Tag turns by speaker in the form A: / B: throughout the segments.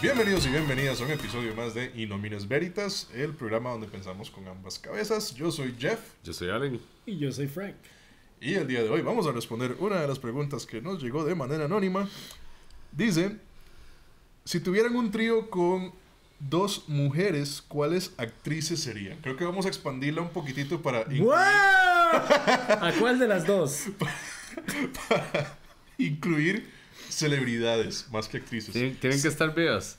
A: Bienvenidos y bienvenidas a un episodio más de Inomines Veritas, el programa donde pensamos con ambas cabezas. Yo soy Jeff
B: Yo soy Allen.
C: Y yo soy Frank.
A: y el día de hoy vamos a responder una de las preguntas que nos llegó de manera anónima. Dice, si tuvieran un trío con dos mujeres, ¿cuáles actrices serían? Creo que vamos a expandirla un poquitito para... incluir-
C: ¡Wow! ¿A cuál de las dos?
A: para incluir celebridades más que actrices.
B: Tienen, tienen que estar vivas.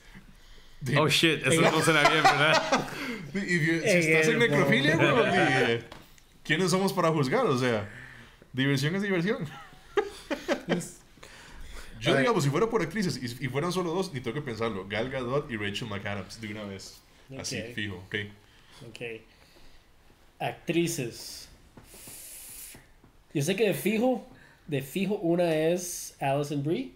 A: De-
B: Oh shit, eso no suena bien, ¿verdad?
A: y- y- si estás en
C: Eh,
A: necrofilia, weón, di, eh, ¿quiénes somos para juzgar? O sea, diversión es diversión. Yo, digamos, si fuera por actrices y, y fueran solo dos, ni tengo que pensarlo. Gal Gadot y Rachel McAdams, de una vez. Así,
C: Ok.
A: fijo, ok.
C: Ok. Actrices. Yo sé que de fijo, de fijo una es Alison Brie.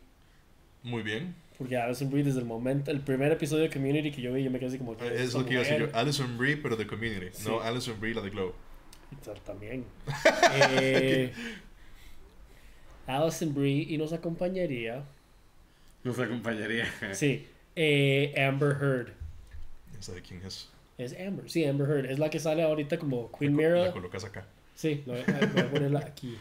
A: Muy bien.
C: Porque Alison Brie desde el momento, el primer episodio de Community que yo vi, yo me quedé así como...
A: Eh, Es lo que iba a decir yo. Alison Brie, pero de Community.
C: Sí.
A: No Alison Brie, la de Glow.
C: yo. También. Eh, Alison Brie y nos acompañaría.
B: Nos acompañaría.
C: Sí. eh, Amber Heard.
A: No sé de quién es.
C: Es Amber, sí, Amber Heard. Es la que sale ahorita como Queen
A: La
C: Mirror.
A: colocas acá.
C: Sí, lo voy a voy a ponerla aquí.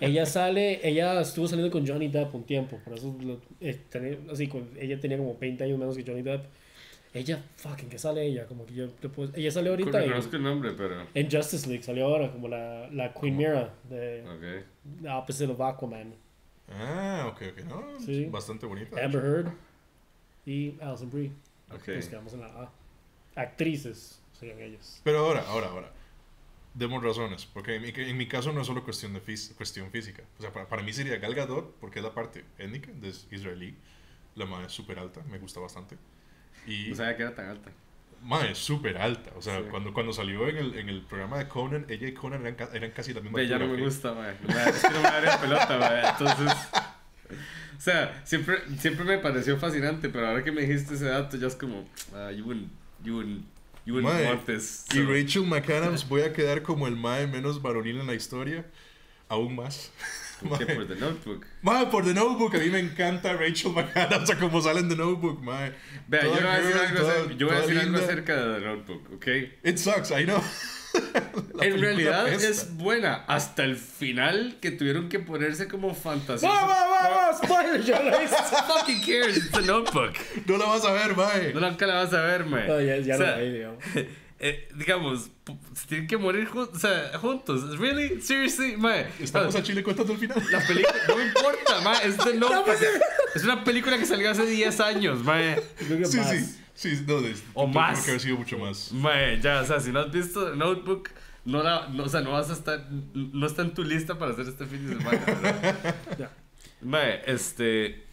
C: Ella sale, ella estuvo saliendo con Johnny Depp un tiempo, por eso lo- eh, tenía- así, con- ella tenía como 20 años menos que Johnny Depp. Ella, fucking, ¿qué sale ella? Como que yo te puedo- Ella sale ahorita en,
B: Reconozco el nombre, pero.
C: en Justice League, salió ahora como la, la Queen Mira de
B: Ok.
C: The Opposite of Aquaman.
A: Ah, ok, ok. No,
C: Sí.
A: bastante bonita.
C: Amber Heard y Alison Brie.
B: Ok.
C: Nos quedamos en la A. Actrices serían ellas.
A: Pero ahora, ahora, ahora. Demos razones, porque en mi, en mi caso no es solo cuestión, de fis- cuestión física. O sea, para, para mí sería Gal Gadot, porque es la parte étnica, de israelí. La madre es súper alta, me gusta bastante. Y
C: Pues
B: No sabía que era tan alta.
A: madre es súper alta. O sea,
B: Sí.
A: cuando, cuando salió en el, en el programa de Conan, ella y Conan eran, ca- eran casi la misma
B: Ve, ya no
A: altura,
B: me
A: ¿ok?
B: gusta, mae. La- Es que no me daría pelota, mae. Entonces. O sea, siempre, siempre me pareció fascinante, pero ahora que me dijiste ese dato, ya es como. ah, you wouldn't. You wouldn't. You wouldn't
A: Mae,
B: want this.
A: Y
B: So,
A: Rachel McAdams voy a quedar como el mae menos varonil en la historia. Aún más.
B: como que
A: Mae.
B: por The Notebook.
A: Mae, por The Notebook, a mí me encanta Rachel McAdams, o sea, como sale en The Notebook, mae.
B: Vea, yo
A: Toda
B: voy a decir
A: girl,
B: algo,
A: toda-
B: acer- yo voy a
A: toda
B: decir algo
A: linda.
B: acerca de The Notebook, ¿ok?
A: It sucks, I know. La
B: en
A: película
B: realidad
A: apesta.
B: es buena. Hasta el final que tuvieron que ponerse como fantasía.
C: vamos! ¡Spoiler! Yo lo hice.
B: fucking cares? It's the notebook.
A: No la vas a ver, mae.
B: No nunca la vas a ver, man.
C: No, ya, ya
B: o sea,
C: no hay, digamos.
B: eh, digamos, pu- se tienen que morir jun- o sea, juntos. ¿Really? ¿Seriously? Man.
A: Estamos a Chile contando el final.
B: La película, no me importa, man. Es The Notebook. es una película que salió hace 10 años, man.
C: Yo creo que
A: Sí,
C: más.
A: sí. Sí, no, es-
B: O
A: tuvo
B: más.
A: que haber sido mucho más.
B: Man, ya, o sea, si no has visto The Notebook, no la, no, o sea, no vas a estar, no está en tu lista para hacer este fin de semana, ¿verdad?
C: Ya.
B: Man, este,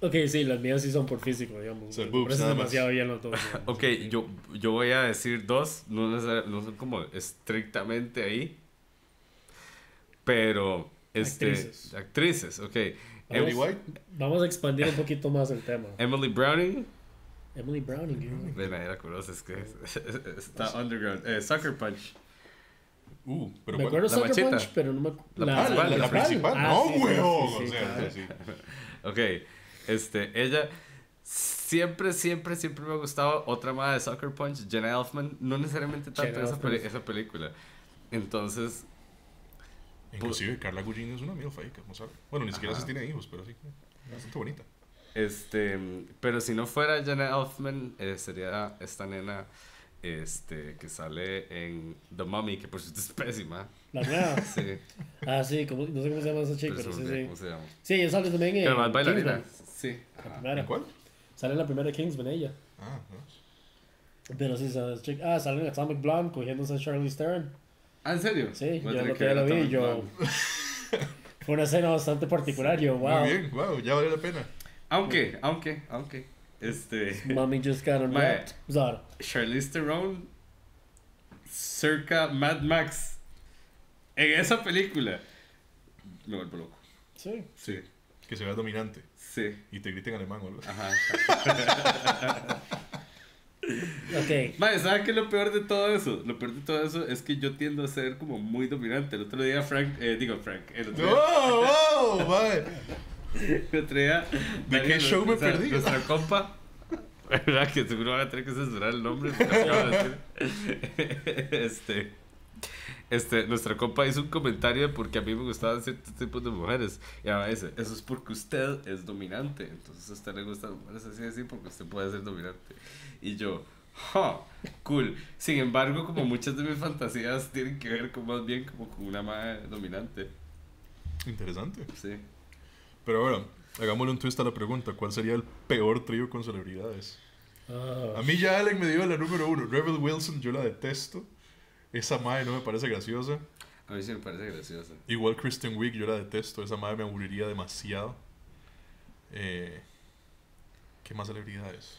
C: Ok, sí, las mías sí son por físico, digamos.
A: Son
C: por
A: boobs,
C: eso es
A: nada más.
C: demasiado bien los dos. digamos.
B: Ok, yo, yo voy a decir dos, no, necesar- no son como estrictamente ahí, pero... Este,
C: Actrices.
B: Actrices, ok. Em-
A: Emily White,
C: Vamos a expandir un poquito más el tema.
B: Emily Browning.
C: Emily Browning, yo-
B: Ven, ahí la conoces, es que es- está underground. Eh, Sucker Punch.
A: uh, pero
C: me
A: bueno.
C: acuerdo
B: la
C: Sucker
B: macheta.
C: Punch, pero no me acu-
B: La
A: Ah, la, la- la
B: La
A: principal,
C: Ah,
A: no,
C: sí, sí, sí,
A: weón.
C: sí,
A: o sea,
C: claro.
A: sí, sí.
B: Ok, este, ella siempre, siempre, siempre me ha gustado otra más de Sucker Punch, Jenna Elfman. No necesariamente tanto
C: Jenna
B: esa, peli-
C: Elfman.
B: esa película. Entonces,
A: Inclusive Carla Gugino es una amiga fake, vamos a ver. Bueno, ni siquiera se
B: Ajá.
A: tiene hijos, pero sí. Bastante bonita.
B: Este, pero si no fuera Jenna Elfman, eh, sería esta nena este, que sale en The Mummy, que por cierto es pésima.
C: La nueva.
B: Sí,
C: Ah, sí, como- no sé cómo se llama esa chica,
B: pero se
C: pero sí,
B: me olvidó
C: sí.
B: cómo se llama.
C: Sí, ella sale también en.
B: Pero más bailarina.
C: Kingsman,
B: Sí.
C: La
B: ajá.
A: ¿En
C: primera.
A: cuál?
C: Sale en la primera Kingsman ella.
A: Ah, no.
C: Pero sí, esa chica. Ah, sale en Atomic Blonde cogiéndose a Charlie Stern.
B: Ah, ¿en serio? Voy a
C: Sí, yo
B: tener
C: lo
B: que
C: que
B: ver
C: la vi,
B: Atomic
C: yo.
B: Blonde.
C: Fue una escena bastante particular, yo, wow.
A: Muy bien, wow, ya vale la pena.
B: Aunque, aunque, aunque. Este.
C: Mommy just got Pues
B: Mae.
C: unwrapped. Zara.
B: Charlize Theron, cerca Mad Max. En esa película. Me vuelvo loco.
C: Sí.
B: Sí.
A: Que se vea dominante
B: Sí.
A: y te griten alemán o algo.
B: Ajá.
C: Ok.
B: Mae, ¿sabes qué es lo peor de todo eso? Lo peor de todo eso es que yo tiendo a ser como muy dominante. El otro día Frank, eh, digo Frank, el otro día,
A: Oh, ¡Wow! ¡Wow! mae.
B: el otro día
A: ¿De qué show me
B: nuestra-
A: perdí?
B: Nuestra compa ¿Verdad? Que seguro van a tener que censurar el nombre. porque acabo de decir. Este, este, nuestra compa hizo un comentario de porque a mí me gustaban ciertos tipos de mujeres. Y ahora dice, eso es porque usted es dominante. Entonces a usted le gustan mujeres así, así, porque usted puede ser dominante. Y yo, ja, cool. Sin embargo, como muchas de mis fantasías tienen que ver con más bien como con una madre dominante.
A: Interesante.
B: Sí.
A: Pero bueno, hagámosle un twist a la pregunta. ¿Cuál sería el peor trío con celebridades?
C: Ah,
A: A mí ya Alec me dio la número uno. Rebel Wilson, yo la detesto. Esa madre no me parece graciosa.
B: A mí sí me parece graciosa.
A: Igual Kristen Wiig, yo la detesto. Esa madre me aburriría demasiado. Eh, ¿Qué más celebridades?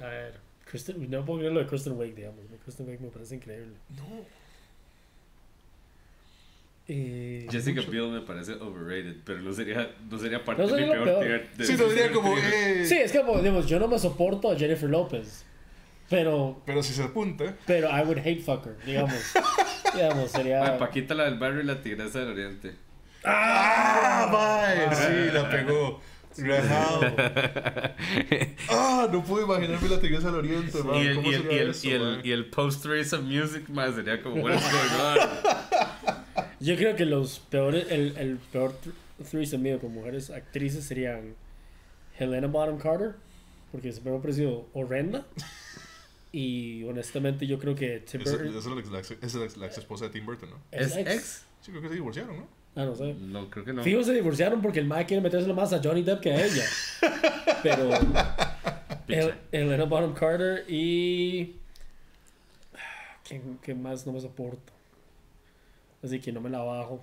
C: a ver. Kristen, no puedo creer lo de Kristen Wake, digamos. ¿no? Kristen Wake me parece increíble.
A: No.
C: Eh,
B: Jessica Biel me parece overrated, pero no sería, no sería parte
C: No
B: de mi
C: sería lo
B: peor
C: peor.
B: tier- de-
A: Sí, lo diría como... eh,
C: Sí, es que como, digamos, yo no me soporto a Jennifer Lopez. Pero,
A: Pero si se apunta...
C: pero I would hate fucker, digamos. digamos,
B: Ay,
C: sería.
B: Paquita, la del barrio y la tigresa del oriente.
A: ¡Ah, mae! Sí, la pegó. Rajado. ¡Ah! No pude imaginarme la tigresa del oriente,
B: Y
A: mae.
B: el,
A: ¿Cómo
B: y el, y
A: sería
B: el,
A: eso,
B: y el,
A: mae?
B: y el post-race of music, más sería como, what is going on?
C: Yo creo que los peores, el, el peor thr- threesome mío con mujeres actrices serían Helena Bonham Carter, porque siempre me ha parecido horrenda. Y honestamente, yo creo que Tim
A: Esa
C: Burton
A: esa es la ex- esa es la ex- la ex esposa de Tim Burton, ¿no?
B: ¿Es ex?
A: Sí, creo que se divorciaron, ¿no?
C: Ah, no sé.
B: No, creo que no.
C: Fijo se divorciaron porque el Mike quiere meterse más a Johnny Depp que a ella. Pero
B: Picha.
C: El- Helena Bonham Carter y. ¿Quién, quién más no me soporto? Así que no me la bajo.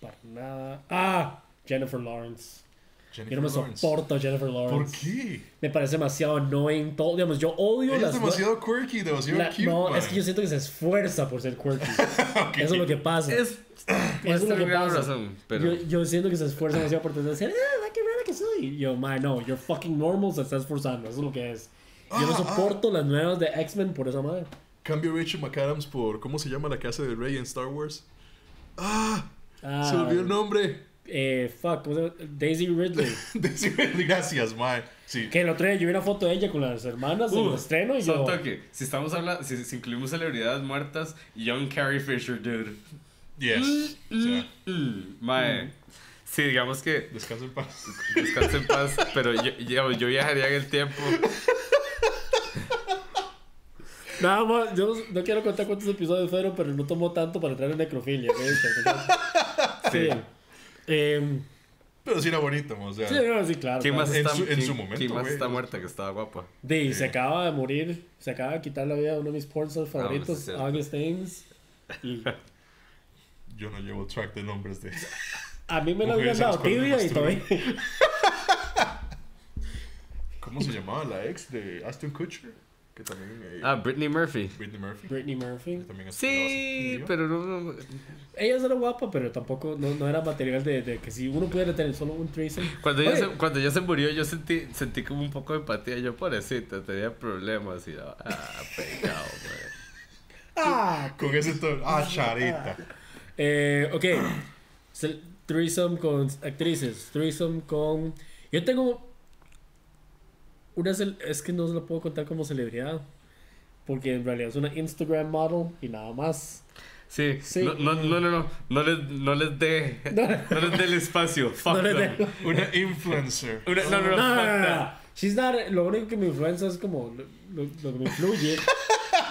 C: Para nada. ¡Ah! Jennifer Lawrence. Yo no me
A: Jennifer Lawrence.
C: soporto a Jennifer
A: ¿Por
C: Lawrence.
A: qué?
C: Me parece demasiado annoying. Todo, digamos, yo odio
A: Ella
C: las.
A: es demasiado quirky, demasiado
C: la-
A: cute,
C: no,
A: mae.
C: es que yo siento que se esfuerza por ser quirky. Eso es lo que pasa.
B: Es,
C: es
B: es
C: lo que
B: gran
C: pasa.
B: razón, pero...
C: Yo, yo siento que se esfuerza demasiado por tratar de decir, ah, qué rara que soy. Y Yo, man, no, you're fucking normal, se está esforzando, eso es lo que es. Yo no
A: Ah,
C: soporto las nuevas de X-Men por esa madre.
A: Cambio Rachel McAdams por... ¿Cómo se llama la casa de Rey en Star Wars? ¡Ah!
C: Ah,
A: Se olvidó el nombre.
C: Eh, fuck, ¿cómo se llama? Daisy Ridley.
A: Decirle gracias, mae. Sí.
C: que el otro día yo vi una foto de ella con las hermanas en el
B: Uh,
C: estreno y
B: son
C: yo.
B: toque. Si estamos hablando, si, si incluimos celebridades muertas, Young Carrie Fisher, dude.
A: Yes. O sea,
B: Mm, mae. Sí, digamos que
A: descansa en paz.
B: Descansa en paz, pero yo, yo, yo viajaría en el tiempo.
C: Nada más, yo no- no quiero contar cuántos episodios fueron, pero no tomó tanto para entrar en necrofilia. ¿ok? sí.
B: Sí.
C: Eh,
A: Pero sí era bonito, mae, o sea...
C: sí, no, sí, claro.
B: ¿Quién
C: claro.
B: más
A: En
B: está,
A: su- en
B: quién-
A: su momento,
B: quién más
A: güey.
B: está muerta que estaba guapa?
C: De, se acaba de morir, se acaba de quitar la vida de uno de mis pornstar
B: Ah, bueno, sí es
C: favoritos,
B: cierto.
C: August Ames. Y
A: Yo no llevo track de nombres de...
C: a mí me la
A: Mujeres
C: habían dado
A: a las
C: tibia y
A: cuales me
C: todavía.
A: ¿Cómo se llamaba la ex de Aston Kutcher? Que también... eh,
B: Ah, Britney Murphy.
A: Britney Murphy.
C: Britney Murphy.
A: que también es
B: Sí,
A: pelada,
B: pero no, no-
C: Ella era guapa, pero tampoco no, no era material de, de que si uno pudiera tener solo un threesome.
B: Cuando
C: Oye,
B: ella, se, cuando ella se murió, yo sentí, sentí como un poco de empatía. Yo, pobrecita, tenía problemas. Y, ah, pecado, güey.
C: ¡Ah!
A: Con ese tono. Ah, charita.
C: Eh, ok. Se- Threesome con actrices. Threesome con. Yo tengo. Una cel- es que no se la puedo contar como celebridad. Porque en realidad es una Instagram model y nada más.
B: Sí,
C: Sí.
B: No, no, no, no, no, no les, no les dé,
C: No.
B: no les dé el espacio. Fuck
C: No le
B: them.
C: tengo-
A: Una influencer.
B: Una- no, no, no,
C: No, no,
B: fuck
C: no, no,
B: them.
C: no. She's not, lo único que me influenza es como. Lo, lo- lo que me influye.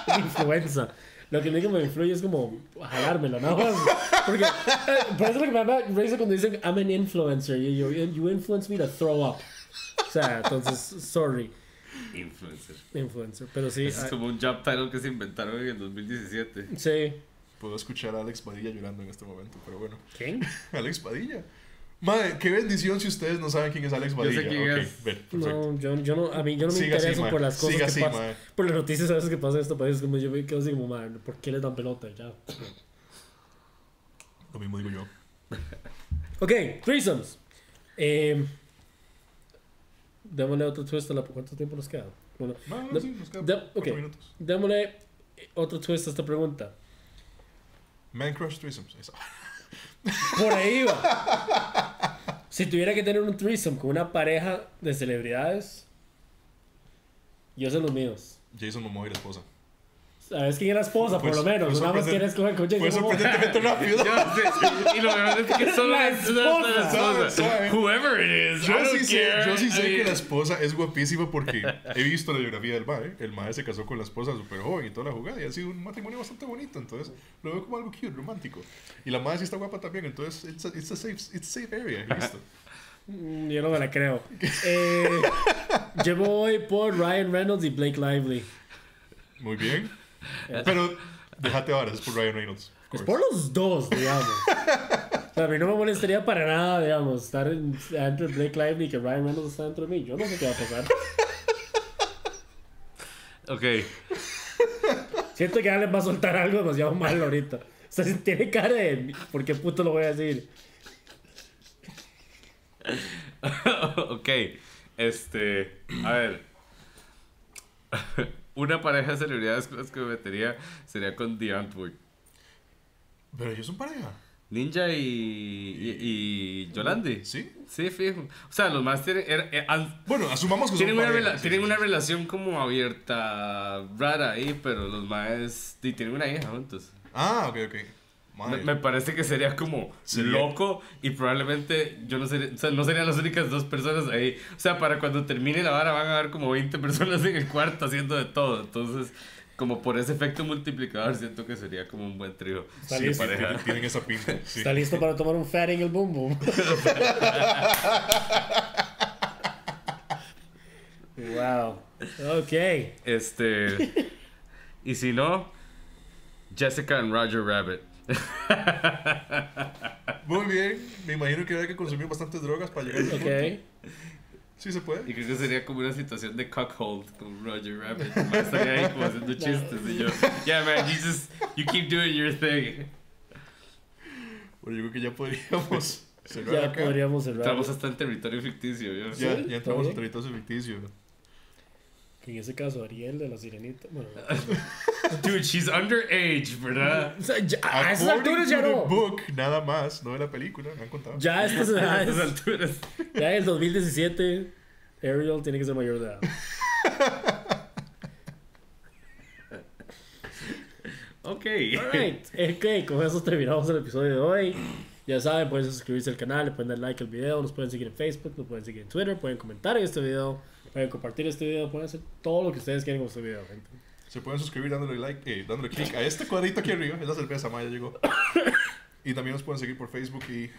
C: me influenza. Lo que único que me influye es como jalármela, nada más. Porque. eh, Por eso lo que me da risa cuando dicen I'm an influencer. Y yo, you, you influence me to throw up. O sea, entonces, sorry,
B: Influencer.
C: influencer. Pero sí.
B: Es
C: ah,
B: como un job title que se inventaron en el 2017.
C: sí.
A: Puedo escuchar a Alex Padilla llorando en este momento, pero bueno.
C: ¿Quién?
A: Alex Padilla. Madre, qué bendición si ustedes no saben quién es Alex Padilla.
B: quién
A: Ok,
B: es.
A: ven, perfecto.
C: No, yo, yo no, a mí yo no me
A: Siga así,
C: intereso
A: mae.
C: por las cosas
A: Siga
C: que
A: así,
C: pasan.
A: mae.
C: Por las noticias a veces que pasan en este país, como yo me quedo así como, man, ¿por qué les dan pelota? Ya.
A: Lo mismo digo yo.
C: Ok, threesomes. Eh, démosle otro twist a la... ¿Cuánto tiempo nos queda? Bueno,
A: No, no,
C: Da-
A: Ah, sí, nos quedan
C: da-
A: cuatro
C: ok.
A: minutos.
C: démosle otro twist a esta pregunta.
A: Man Crush Threesomes. Eso.
C: Por ahí va. Si tuviera que tener un threesome con una pareja de celebridades, Yo sé los míos.
A: Jason Momoa y la esposa.
C: Sabes quién era esposa, por
A: Pues,
C: lo menos.
A: pues,
C: Nada más
A: sorprendente-
C: quieres coger con
A: Fue
C: Jason Momoa.
A: sorprendentemente rápido.
B: Ya, sí, sí. Y lo peor es que solo
C: La
B: es la- la
A: esposa.
B: esposa. Whoever it is. I
A: Yo
B: don't
A: sí, sé,
B: care.
A: yo sí sé
B: I
A: que la
B: mean,
A: esposa es guapísima porque he visto la biografía del mae. El mae se casó con la esposa súper joven y toda la jugada. Y ha sido un matrimonio bastante bonito. Entonces lo veo como algo cute, romántico. Y la mae sí está guapa también. Entonces it's a, it's a safe, it's a safe area. y Listo.
C: Mm, Yo no me la creo. Eh, yo me voy por Ryan Reynolds y Blake Lively.
A: Muy bien. Pero déjate ahora, es por Ryan Reynolds. of
C: Pues
A: course.
C: por los dos, digamos. O sea, a mí no me molestaría para nada, digamos, estar en- entre Blake Lively y que Ryan Reynolds está dentro de mí. Yo no sé qué va a pasar.
B: Ok.
C: Siento que Allen va a soltar algo demasiado malo ahorita. O sea, si tiene cara de... ¿Por qué puto lo voy a decir?
B: ok. Este. A ver. Una pareja de celebridades con las que me metería sería con The Antwoord.
A: Pero ellos son pareja.
B: Ninja y. y, y Yolandi.
A: ¿Sí?
B: Sí, fijo. O sea, los más tienen. era- eh, an-
A: Bueno, asumamos que
B: tienen
A: son
B: una,
A: pareja.
B: rela-
A: sí,
B: tienen
A: sí,
B: una
A: sí.
B: relación como abierta, rara ahí, pero los más. Y tienen una hija juntos.
A: Ah, ok, ok.
B: Me,
A: Mae.
B: me parece que sería como
A: Sería-
B: loco y probablemente yo no sería, o sea, no serían las únicas dos personas ahí. O sea, para cuando termine la vara van a haber como 20 personas en el cuarto haciendo de todo. Entonces, como por ese efecto multiplicador, siento que sería como un buen trío.
C: Está
B: Sí,
C: listo.
B: pareja.
A: Tienen- Tienen esa pinta. sí.
C: ¿Está listo para tomar un fat en el boom boom? wow. Ok.
B: Este. Y si no, Jessica and Roger Rabbit.
A: Muy bien. Me imagino que había que consumir bastantes drogas para llegar a ese punto.
C: Ok.
A: Sí se puede.
B: Y creo que sería como una situación de cockhold con Roger Rabbit. El mae Estaría ahí como haciendo chistes. Y yo, yeah, man, you just, you keep doing your thing.
A: Bueno, yo creo que ya podríamos cerrar
C: Ya
A: acá.
C: podríamos cerrar.
B: Entramos hasta en territorio ficticio, yo.
A: Ya,
C: Sí,
A: ya entramos
C: está
A: al territorio ficticio.
C: Que En ese caso, Ariel de la sirenita. Bueno,
B: Dude, she's underage, ¿verdad?
C: o sea, ya- a Ah, esas
A: According
C: alturas
A: to
C: ya
A: the
C: no.
A: book, nada más, no de la película, me han contado.
C: Ya a estas
B: A
C: edades,
B: estas alturas.
C: ya en el 2017, Ariel tiene que ser mayor de edad.
B: Ok.
C: Alright, eh, ok, con eso terminamos el episodio de hoy. Ya saben, pueden suscribirse al canal, le pueden dar like al video, nos pueden seguir en Facebook, nos pueden seguir en Twitter, pueden comentar en este video, pueden compartir este video, pueden hacer todo lo que ustedes quieran con este video, gente.
A: Se pueden suscribir dándole like, eh, dándole click a este cuadrito aquí arriba. Es la cerveza, Maya llegó. Y también nos pueden seguir por Facebook y.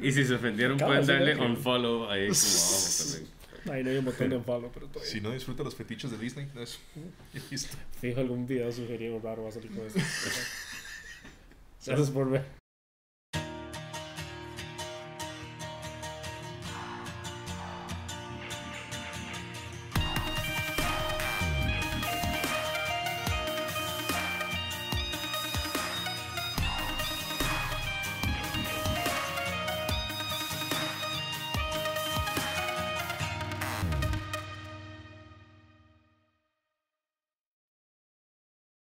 B: Y si se ofendieron,
C: Acaba
B: pueden
C: de
B: darle
C: ser que-
B: unfollow ahí como abajo también.
C: Ahí no hay un botón de follow, pero todavía.
A: Si no disfruta los fetiches de Disney, no es. y listo.
C: Fijo, algún video sugerido raro va a salir con eso. Gracias por ver.